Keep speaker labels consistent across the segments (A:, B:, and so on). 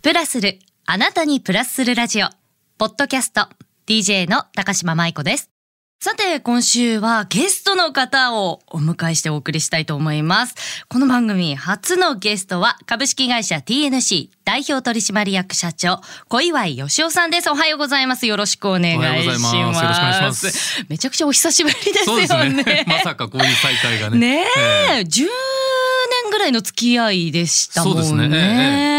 A: プラスる、あなたにプラスするラジオ、ポッドキャスト、DJ の高島舞子です。さて、今週はゲストの方をお迎えしてお送りしたいと思います。この番組初のゲストは、株式会社 TNC 代表取締役社長、小岩井義雄さんです。おはようございます。よろしくお願いし
B: お
A: ます。
B: はようございますよろしくお願いします。
A: めちゃくちゃお久しぶりですよ
B: そう
A: ね。
B: ですね。まさかこういう再会がね。
A: ねえ、
B: え
A: 10年ぐらいの付き合いでしたもんね。
B: そうですねええ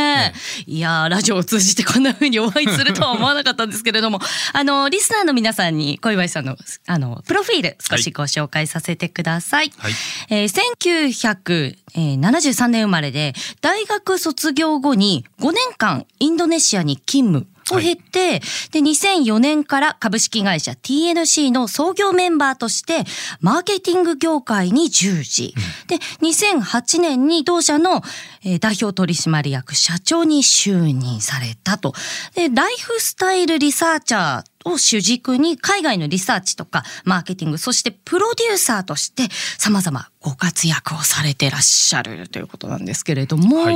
A: いやーラジオを通じてこんな風にお会いするとは思わなかったんですけれども、あのリスナーの皆さんに小岩井さんのあのプロフィール少しご紹介させてください。
B: はい
A: えー1973年生まれで大学卒業後に5年間インドネシアに勤務。を経て、で2004年から株式会社 TNC の創業メンバーとしてマーケティング業界に従事、で2008年に同社のえー代表取締役社長に就任されたとでライフスタイルリサーチャーを主軸に海外のリサーチとかマーケティングそしてプロデューサーとして様々ご活躍をされてらっしゃるということなんですけれども、
B: はい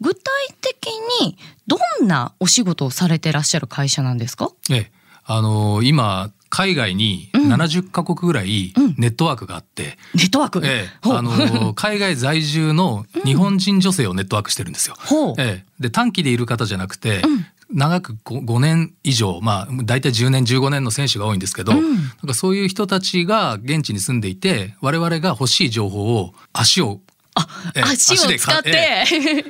A: 具体的にどんなお仕事をされてらっしゃる会社なんですか
B: ええあのー今海外に
A: うん
B: 70カ国ぐらい
A: うん
B: ネットワークがあって、
A: ネットワーク、
B: ええ
A: ほう
B: あの ー海外在住の日本人女性をネットワークしてるんですよ。
A: ほう、
B: ええで短期でいる方じゃなくて、
A: うん
B: 長く 5, 年以上まあ大体10年15年の選手が多いんですけど、
A: うん
B: なんかそういう人たちが現地に住んでいて我々が欲しい情報を足をええ
A: 足を
B: で
A: 使
B: か
A: って、
B: ええ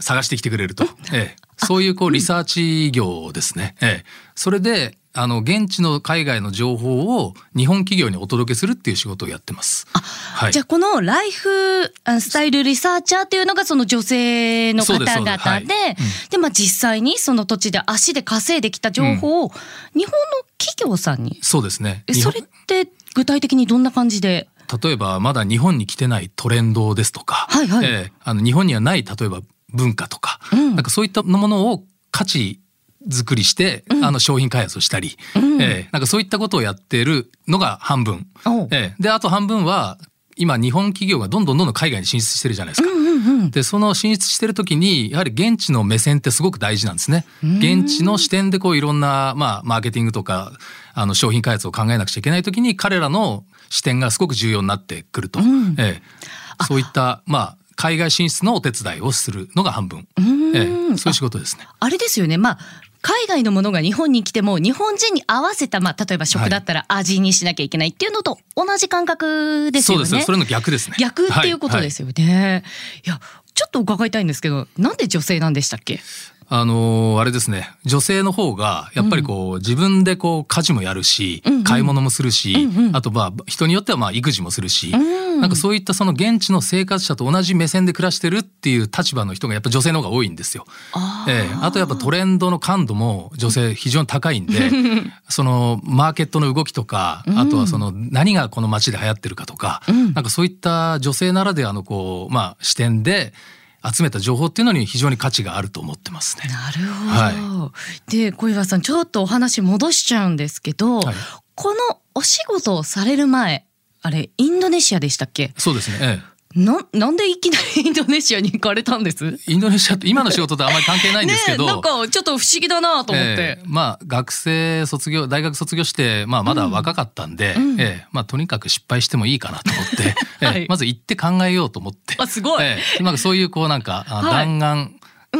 B: 探してきてくれると、ええ、そういうこうリサーチ業ですね、ええ、それであの現地の海外の情報を日本企業にお届けするっていう仕事をやってます。はい
A: じゃあこのライフあスタイルリサーチャーっていうのがその女性の方
B: そうですそう
A: 々で
B: ですはい
A: でまあ実際にその土地で足で稼いできた情報を日本の企業さんに、
B: そうですね
A: え
B: 日
A: それ
B: 本
A: って具体的にどんな感じで
B: 例えばまだ日本に来てないトレンドですとか、
A: はいはい
B: ええあの日本にはない例えば文化とか、
A: うん
B: なんかそういったものを価値作りして、あの商品開発をしたり、
A: うん
B: ええなんかそういったことをやってるのが半分、
A: おう
B: ええであと半分は今日本企業がどんどんどんどん海外に進出してるじゃないですか。でその進出してる時にやはり現地の目線ってすごく大事なんですね。現地の視点でこういろんな、まあ、マーケティングとかあの商品開発を考えなくちゃいけない時に彼らの視点がすごく重要になってくると、
A: ん
B: ええ、そういったまあ海外進出のお手伝いをするのが半分、
A: ん
B: ええ、そういう仕事ですね。
A: あれですよねまあ海外のものが日本に来ても日本人に合わせた、まあ、例えば食だったら味にしなきゃいけないっていうのと同じ感覚です
B: そう
A: よ
B: で
A: ね。
B: すねそれの逆ですね。
A: 逆っていうこと
B: はは
A: ですよね。いやちょっと伺いたいんですけどなんで女性なんでしたっけ
B: あのーあれですね女性の方がやっぱりこう、自分でこう家事もやるし、
A: うんうん
B: 買い物もするし、
A: うんうん
B: あとまあ人によってはまあ育児もするし、
A: ん
B: なんかそういったその現地の生活者と同じ目線で暮らしてるっていう立場の人がやっぱ女性の方が多いんですよ。
A: あー
B: ええあとやっぱトレンドの感度も女性非常に高いんでそのマーケットの動きとか、あとはその何がこの街で流行ってるかとか、なんかそういった女性ならではのこう、まあ、視点で集めた情報っていうのに非常に価値があると思ってますね。
A: なるほど。で小岩さんちょっとお話戻しちゃうんですけど、
B: はい
A: このお仕事をされる前あれインドネシアでしたっけ
B: そうですね、え
A: ななんでいきなりインドネシアに行かれたんです
B: え、インドネシアって今の仕事とあまり関係ないん
A: ね
B: ですけ
A: え
B: ど、
A: なんかちょっと不思議だなと思って、
B: ええまあ学生卒業大学卒業して、まあ、まだ若かったんで、
A: うん
B: ええまあ、とにかく失敗してもいいかなと 思って、ええ
A: はい
B: まず行って考えようと思って
A: あすごい、
B: ええなんかそういうこうなんか、あ
A: はい
B: 弾丸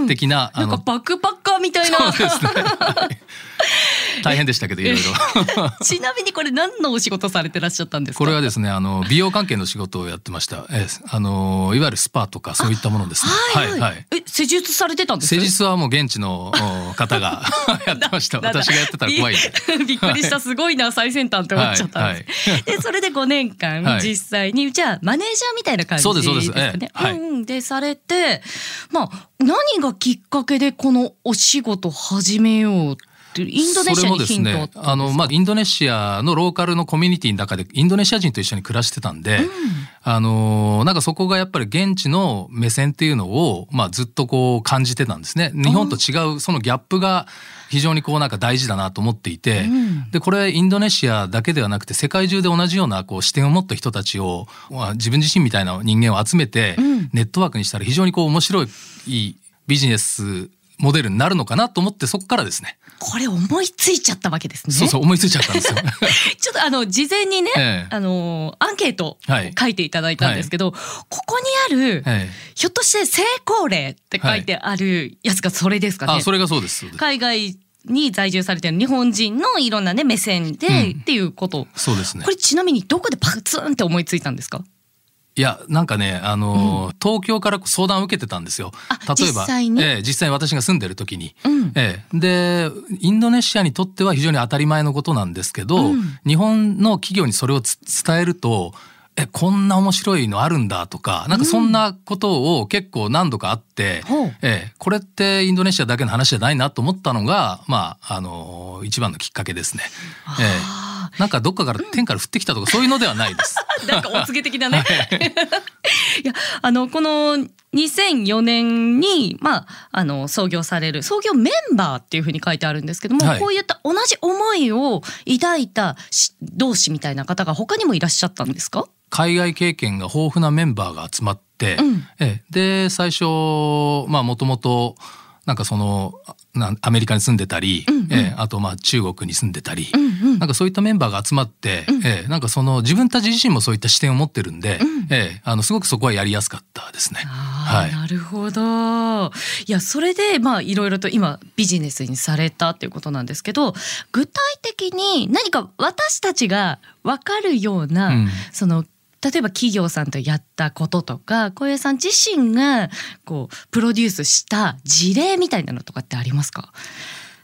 B: 的な,、
A: なんか
B: あの
A: バックパッカーみたいな
B: そうですねはい大変でしたけどいろいろ。
A: ちなみにこれ何のお仕事されてらっしゃったんですか
B: これはですねあの美容関係の仕事をやってました、ええ、あのいわゆるスパとかそういったものですね。
A: はい、はいえ施術されてたんです
B: 施術はもう現地のお方が やってました
A: なんだ
B: 私がやってたら怖いんで。
A: びびっくりしたすごいな最先端って思っちゃったんです、でそれで5年間
B: はい
A: 実際に、じゃあマネージャーみたいな感じ
B: そう
A: で
B: ですす
A: か
B: そう
A: ね
B: ですええはい
A: うんうん、でされてまあ何がきっかけでこのお仕事始めようっていうインドネシアにヒント
B: それ
A: あ
B: も
A: ったん
B: ですね
A: ですか
B: あの、まあ、インドネシアのローカルのコミュニティの中でインドネシア人と一緒に暮らしてたんで、あのなんかそこがやっぱり現地の目線っていうのを、まあ、ずっとこう感じてたんですね日本と違うそのギャップが非常にこうなんか大事だなと思っていて、
A: ん
B: でこれインドネシアだけではなくて世界中で同じようなこう視点を持った人たちを、まあ自分自身みたいな人間を集めて、
A: ん
B: ネットワークにしたら非常にこう面白いビジネスモデルになるのかなと思ってそこからですね
A: これ思いついちゃったわけですね。
B: そうそう思いついちゃったん ですよ。
A: ちょっとあの事前にね、
B: ええ
A: あのアンケート
B: はい
A: 書いていただいたんですけど、ここにある、
B: ええ
A: ひょっとして成功例って書いてあるやつがそれですかね。
B: あそれがそうです。
A: 海外に在住されてる日本人のいろんなね目線で、
B: うん
A: っていうこと。
B: そうですね
A: こ。れちなみにどこでパツンって思いついたんですか。
B: いやなんかねあのー、東京から相談を受けてたんですよ
A: あ。
B: 例えば
A: 実際に
B: ええ実際に私が住んでる時に。
A: うん。
B: ええ、でインドネシアにとっては非常に当たり前のことなんですけど、
A: うん
B: 日本の企業にそれをつ伝えると「えこんな面白いのあるんだ」とかなんかそんなことを結構何度かあって、
A: ほう
B: ええ、これってインドネシアだけの話じゃないなと思ったのが、まあ、あの一番のきっかけですね。え
A: あ
B: え、なんかどっかから天から降ってきたとかそういうのではない です。
A: ーなんかお告げ的だ ね。 いやあのこの2004年に、まあ、あの創業される創業メンバーっていうふうに書いてあるんですけども、
B: はい
A: こういった同じ思いを抱いたし同志みたいな方が他にもいらっしゃったんですか
B: 海外経験が豊富なメンバーが集まって、
A: うん
B: ええで最初まあもともとなんかそのあなんアメリカに住んでたり、
A: うんうん
B: ええあとまあ中国に住んでたり、
A: うんうん
B: なんかそういったメンバーが集まって、
A: うん
B: ええなんかその自分たち自身もそういった視点を持ってるんで、
A: うん
B: ええあのすごくそこはやりやすかったですね。
A: あー
B: はい
A: なるほどいやそれでまあいろいろと今ビジネスにされたっていうことなんですけど具体的に何か私たちが分かるような、
B: うん
A: その例えば企業さんとやったこととか小平さん自身がこうプロデュースした事例みたいなのとかってありますか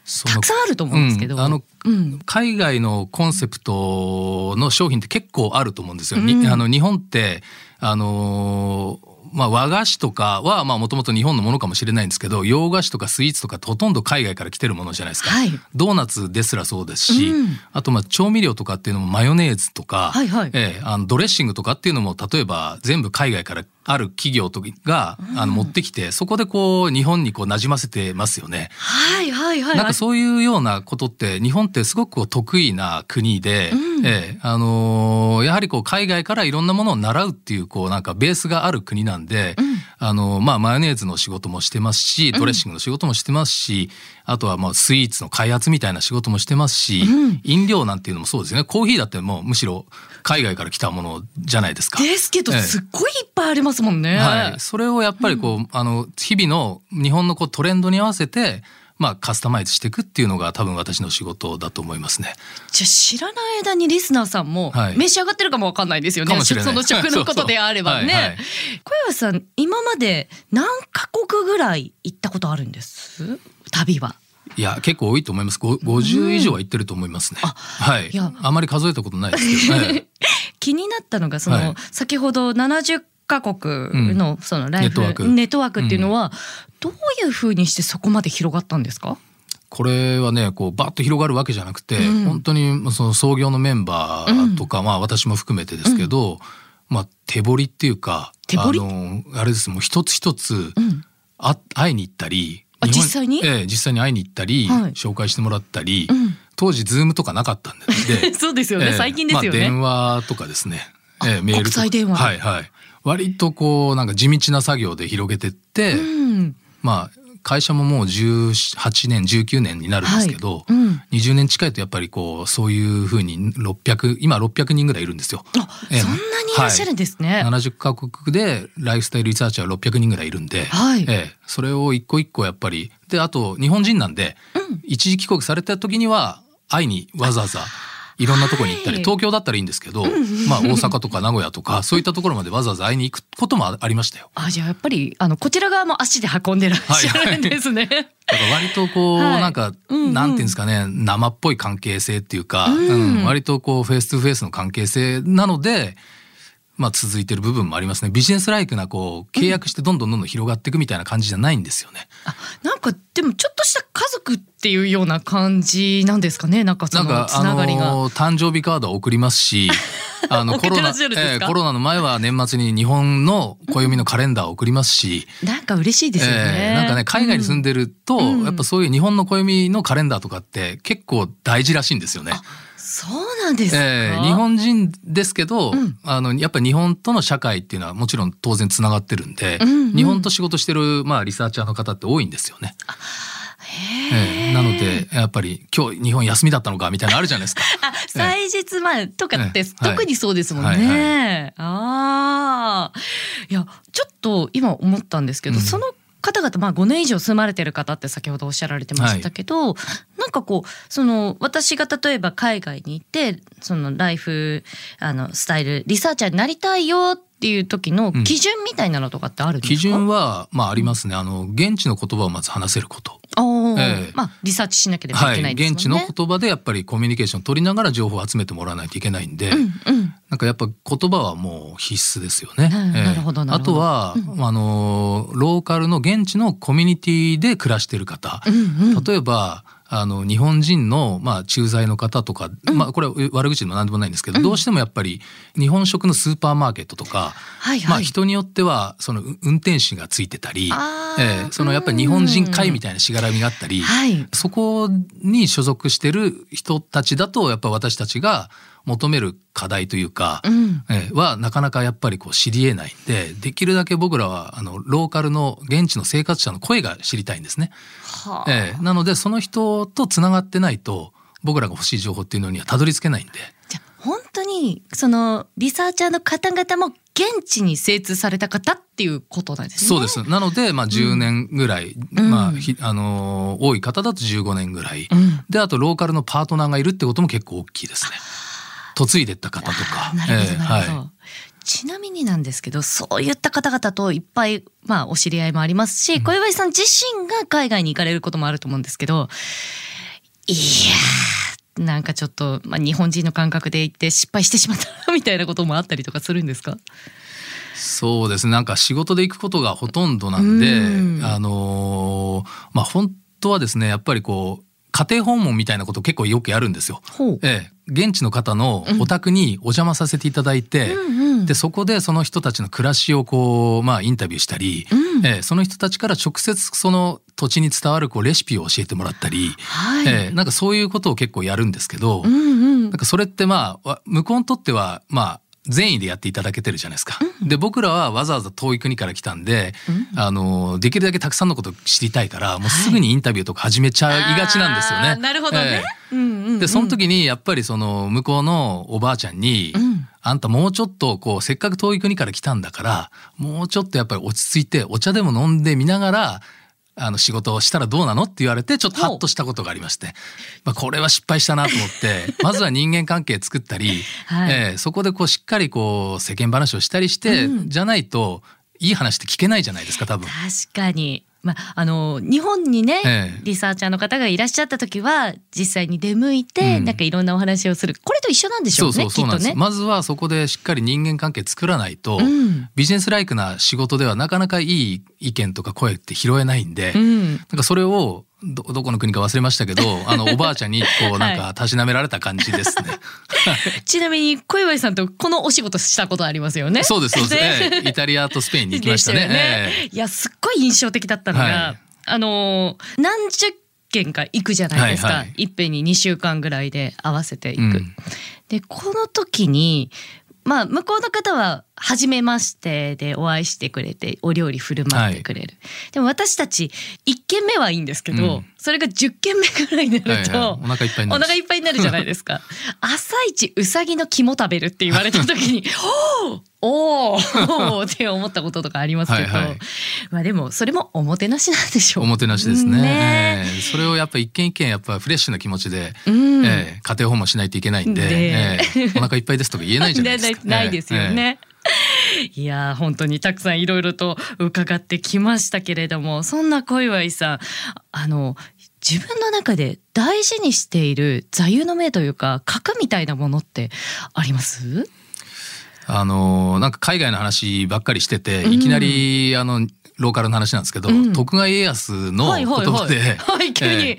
B: その
A: たくさんあると思うんですけど。
B: うんあの
A: うん
B: 海外のコンセプトの商品って結構あると思うんですよ。に
A: うん
B: あの日本ってあのーまあ、和菓子とかはまあもともと日本のものかもしれないんですけど洋菓子とかスイーツとかってほとんど海外から来てるものじゃないですか、
A: はい
B: ドーナツですらそうですし、
A: うん
B: あとまあ調味料とかっていうのもマヨネーズとか、
A: はいはい
B: ええあのドレッシングとかっていうのも例えば全部海外からある企業とかが、あの持ってきてそこでこう日本にこう馴染ませてますよね。
A: はいはいはい
B: なんかそういうようなことって日本ってすごくこう得意な国で、
A: うん
B: ええあのーやはりこう海外からいろんなものを習うっていうこうなんかベースがある国なんで、
A: うん
B: あのーまあ、マヨネーズの仕事もしてますしドレッシングの仕事もしてますし、あとはまあスイーツの開発みたいな仕事もしてますし、
A: うん
B: 飲料なんていうのもそうですよねコーヒーだってもうむしろ海外から来たものじゃないですか。
A: ですけど
B: ええ
A: すっごいいっぱいありますもんね。
B: はい、それをやっぱりこう、あの日々の日本のこうトレンドに合わせて、まあ、カスタマイズしていくっていうのが多分私の仕事だと思いますね。
A: じゃあ知らない間にリスナーさんも
B: はい
A: 召し上がってるかもわかんないですよね、
B: かもしれない
A: その食のことであればね
B: そう そうはいはい
A: 小岩さん今まで何カ国ぐらい行ったことあるんです旅はい
B: や結構多いと思います。ご50以上は行ってると思いますね。はい
A: いや
B: あまり数えたことないですけど ね。
A: 気になったのがその、
B: はい
A: 先ほど70カ国のそのライフ、
B: ネットワーク
A: ネットワークっていうのは、どういうふうにしてそこまで広がったんですか
B: これはねこうバッと広がるわけじゃなくて、
A: うん
B: 本当にその創業のメンバーとか、まあ、私も含めてですけど、まあ、手彫りっていうか
A: 手彫り
B: あのあれですもう一つ一つ、
A: うん
B: あ会いに行ったり
A: あ
B: 日本
A: 実際に
B: ええ実際に会いに行ったり、
A: はい
B: 紹介してもらったり、
A: うん
B: 当時ズームとかなかったんで
A: そうですよね、
B: ええ
A: 最近ですよね、
B: まあ、電話とかですね、ええメールとか
A: 国際電話
B: はいはい割とこうなんか地道な作業で広げてって、
A: うん
B: まあ会社ももう18年19年になるんですけど、
A: はいうん
B: 20年近いとやっぱりこうそういうふうに600今600人ぐらいいるんですよ。
A: あそん
B: ええ
A: なにいらっしゃるんですね、
B: 70カ国でライフスタイルリサーチャー600人ぐらいいるんで、
A: はい
B: ええそれを一個一個やっぱりであと日本人なんで、一時帰国された時には会いにわざわざいろんなところに行ったり、
A: はい
B: 東京だったらいいんですけど、まあ、大阪とか名古屋とかそういったところまでわざわざ会いに行くこともありましたよ。
A: あじゃあやっぱりあのこちら側も足で運んでらっしゃるんですね。
B: だから割とこう、
A: はい
B: なんか、
A: うんうん
B: なんていうんですかね生っぽい関係性っていうか、
A: うん
B: うん割とこうフェイストゥフェイスの関係性なので。まあ続いてる部分もありますねビジネスライクなこう契約してどんどんどんどん広がっていくみたいな感じじゃないんですよね。
A: あなんかでもちょっとした家族っていうような感じなんですかねなんかそ
B: なん
A: の
B: か
A: つ
B: あ
A: な
B: の
A: がりが。
B: ー誕生日カードは送りま すしあの
A: 送
B: コ
A: って
B: ロ
A: ら
B: ナ
A: っしゃるんですか
B: えーコロナの前は年末に日本の暦のカレンダーを送りますし、
A: なんか嬉しいですよね。
B: えーなんかね海外に住ん
A: で、
B: でると、
A: うん
B: やっぱそういう日本の暦のカレンダーとかって結構大事らしいんですよね。
A: そうなんですか。
B: えー日本人ですけど、
A: うん
B: あのやっぱり日本との社会っていうのはもちろん当然つながってるんで、
A: うんうん
B: 日本と仕事してる、まあ、リサーチャーの方って多いんですよね。て、やっぱり今日日本休みだったのかみたいなのあるじゃないですか。
A: あ、祭日前とかって、
B: ええはい
A: 特にそうですもんね。
B: はいは
A: ああ。いや、ちょっと今思ったんですけど、
B: うん
A: その方々、まあ5年以上住まれてる方って先ほどおっしゃられてましたけど、なんかこう、その、私が例えば海外に行って、そのライフ、あの、スタイル、リサーチャーになりたいよっていう時の
B: うん
A: 基準みたいなのとかってあるんですか、
B: 基準はまあありますね。あの現地の言葉をまず話せること。
A: あー、
B: ええ
A: まあ、リサーチしなければ
B: はいい、
A: けないですもん
B: 現
A: ね。
B: 地の言葉でやっぱりコミュニケーション取りながら情報を集めてもらわないといけないんで、
A: うんうん。
B: なんかやっぱ言葉はもう必須ですよね。
A: うん
B: ええ
A: なるほどなるほど
B: あとは、あのローカルの現地のコミュニティで暮らしてる方、
A: うんうん。
B: 例えばあの日本人の、まあ、駐在の方とか、まあ、これは悪口でも何でもないんですけど、どうしてもやっぱり日本食のスーパーマーケットとか、
A: はい
B: まあ、
A: はい。
B: 人によってはそのう運転手がついてたり
A: あ、
B: え
A: ー
B: えそのやっぱり日本人会みたいなしがらみがあったり、
A: はい。
B: そこに所属してる人たちだとやっぱ私たちが求める課題というか、
A: うん。
B: ええはなかなかやっぱりこう知り得ないんでできるだけ僕らはあのローカルの現地の生活者の声が知りたいんですね。
A: はあ。
B: ええ、なのでその人とつながってないと僕らが欲しい情報っていうのにはたどり着けないんで。
A: じゃあ本当にそのリサーチャーの方々も現地に精通された方っていうことなんですね。
B: そうで。す。なので、まあ、10年ぐらい、
A: うん
B: まあ、ひあのー多い方だと15年ぐらい。
A: うん。
B: で、あと、ローカルのパートナーがいるってことも結構大きいですね。嫁いでった方とか。
A: なるほど
B: え
A: な
B: え
A: るほど。
B: はい
A: ちなみになんですけどそういった方々といっぱい、まあ、お知り合いもありますし小祝さん自身が海外に行かれることもあると思うんですけどいやーなんかちょっと、まあ、日本人の感覚で行って失敗してしまったみたいなこともあったりとかするんですか
B: そうですね。なんか仕事で行くことがほとんどなんで、
A: うん
B: あのーまあ、本当はですね、やっぱりこう、家庭訪問みたいなこと結構よくやるんですよ。
A: ほう。
B: ええ、現地の方のお宅にお邪魔させていただいて、
A: うんうん
B: でそこでその人たちの暮らしをこう、まあ、インタビューしたり、
A: うん
B: ええその人たちから直接その土地に伝わるこうレシピを教えてもらったり、
A: はい。
B: ええなんかそういうことを結構やるんですけど、
A: うんうん
B: なんかそれってまあわ向こうにとってはまあ善意でやっていただけてるじゃないですか。で僕らはわざわざ遠い国から来たんで、あのできるだけたくさんのことを知りたいからもうすぐにインタビューとか始めちゃいがちなんですよね。
A: あーなるほどね
B: ええ。
A: うんうんうん
B: でその時にやっぱりその向こうのおばあちゃんに、
A: うん
B: あんたもうちょっとこうせっかく遠い国から来たんだからもうちょっとやっぱり落ち着いてお茶でも飲んでみながらあの仕事をしたらどうなのって言われてちょっとハッとしたことがありまして、まあ、これは失敗したなと思って まずは人間関係作ったり、
A: はい
B: えーそこでこうしっかりこう世間話をしたりして、じゃないといい話って聞けないじゃないですか多分。
A: 確かに。まあ、あの日本にね、
B: ええ
A: リサーチャーの方がいらっしゃった時は実際に出向いて、
B: うん
A: なんかいろんなお話をするこれと一緒なんでしょうね
B: そうそうそうなんです、
A: きっとね。
B: まずはそこでしっかり人間関係作らないと、
A: うん
B: ビジネスライクな仕事ではなかなかいい意見とか声って拾えないんで、
A: うん、
B: なんかそれをどどこの国か忘れまし たけどあのおばあちゃんにこうなん
A: は
B: かたしなめられた感じですね。
A: ちなみに小祝さんとこのお仕事したことあります よね。
B: そうですそうです、
A: ね
B: ええイタリアとスペインに行きました
A: で
B: ね。
A: よいやすっごい印象的だったのが、
B: はい
A: あのー何十件か行くじゃないですか、
B: はいはい
A: いっぺんに2週間ぐらいで合わせていく。
B: うん
A: でこの時にまあ向こうの方は初めましてでお会いしてくれてお料理振る舞ってくれる、でも私たち1軒目はいいんですけど、
B: うん
A: それが10軒目ぐらいにな
B: ええは
A: る
B: い
A: と、
B: はい、お腹いっぱいに
A: お
B: なる
A: 腹いっぱいになるじゃないです か。朝一うさぎの肝食べるって言われた時 に、おーおーおーって思ったこととかありますけど、
B: はいはい
A: まあでもそれもおもてなしなんでしょう。
B: おもてなしですね
A: ね
B: ええそれをやっぱ一軒一軒やっぱフレッシュな気持ちで、
A: うん
B: ええ家庭訪問しないといけないんで、
A: で
B: ええお腹いっぱいですとか言えないじゃないですか。
A: ないですよね。 いやー本当にたくさんいろいろと伺ってきましたけれどもそんな小祝さんあの自分の中で大事にしている座右の銘というか核みたいなものってあります
B: あのなんか海外の話ばっかりしてて、
A: うん
B: いきなりあのローカルの話なんですけど、
A: うん
B: 徳川家康の
A: はい
B: 言
A: はいは
B: 葉
A: い
B: で、
A: はい 急に
B: ええ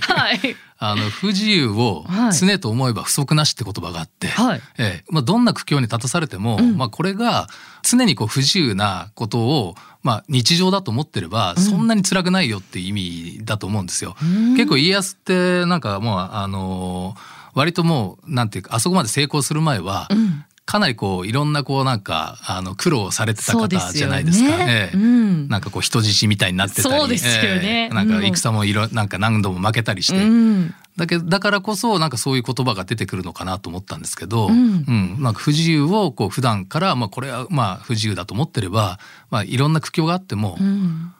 B: はい
A: はい
B: あの不自由を
A: はい
B: 常と思えば不足なしって言葉があって、
A: はい
B: ええまあ、どんな苦境に立たされても、
A: うん
B: まあ、これが常にこう不自由なことを、まあ、日常だと思ってればそんなに辛くないよっていう意味だと思うんですよ。結構家康ってなんかもうあの割ともうなんていうかあそこまで成功する前は、
A: うん
B: かなりこういろんなこうなんかあの苦労されてた
A: そ
B: 方
A: うです
B: じゃ
A: よね
B: ないですか。ええ
A: うん
B: なんかこう人質みたいになってたり、
A: そうですよね
B: ええなんか
A: うん
B: 戦もいろなんか何度も負けたりして、
A: うん
B: だけどだからこそなんかそういう言葉が出てくるのかなと思ったんですけど、
A: う
B: うんんなんか不自由をこう普段から、まあ、これはまあ不自由だと思ってれば、まあ、いろんな苦境があっても、
A: うん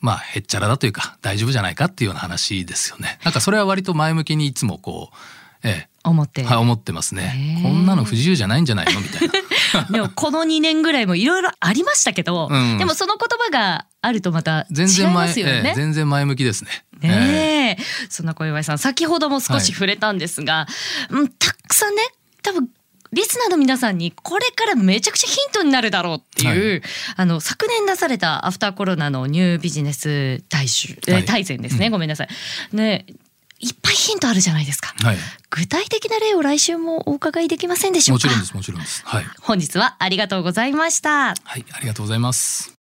B: まあへっちゃらだというか大丈夫じゃないかっていうような話ですよね。なんかそれは割と前向きにいつもこう、え
A: 思って
B: え、はい思ってますね
A: へ。え
B: こんなの不自由じゃないんじゃないのみ たいな。
A: でもこの2年ぐらいもいろいろありましたけど、
B: うん
A: でもその言葉があるとまた違
B: 全
A: い
B: 然
A: ま
B: 前、
A: すよ
B: ええ
A: ね。
B: 全然前向きですね。ええ
A: ねえ、そんな小岩井さん先ほども少
B: はい
A: し触れたんですが、うん、たくさんね多分リスナーの皆さんにこれからめちゃくちゃヒントになるだろうっていう、あの昨年出されたアフターコロナのニュービジネス大集、えー
B: はい
A: 大全ですね、
B: うん
A: ごめんなさい。ねえいっぱいヒントあるじゃないですか。
B: はい、
A: 具体的な例を来週もお伺いできませんでしょう
B: も
A: か
B: ちろんですもちろんです。はい、
A: 本日はありがとうございました。
B: はい、ありがとうございます。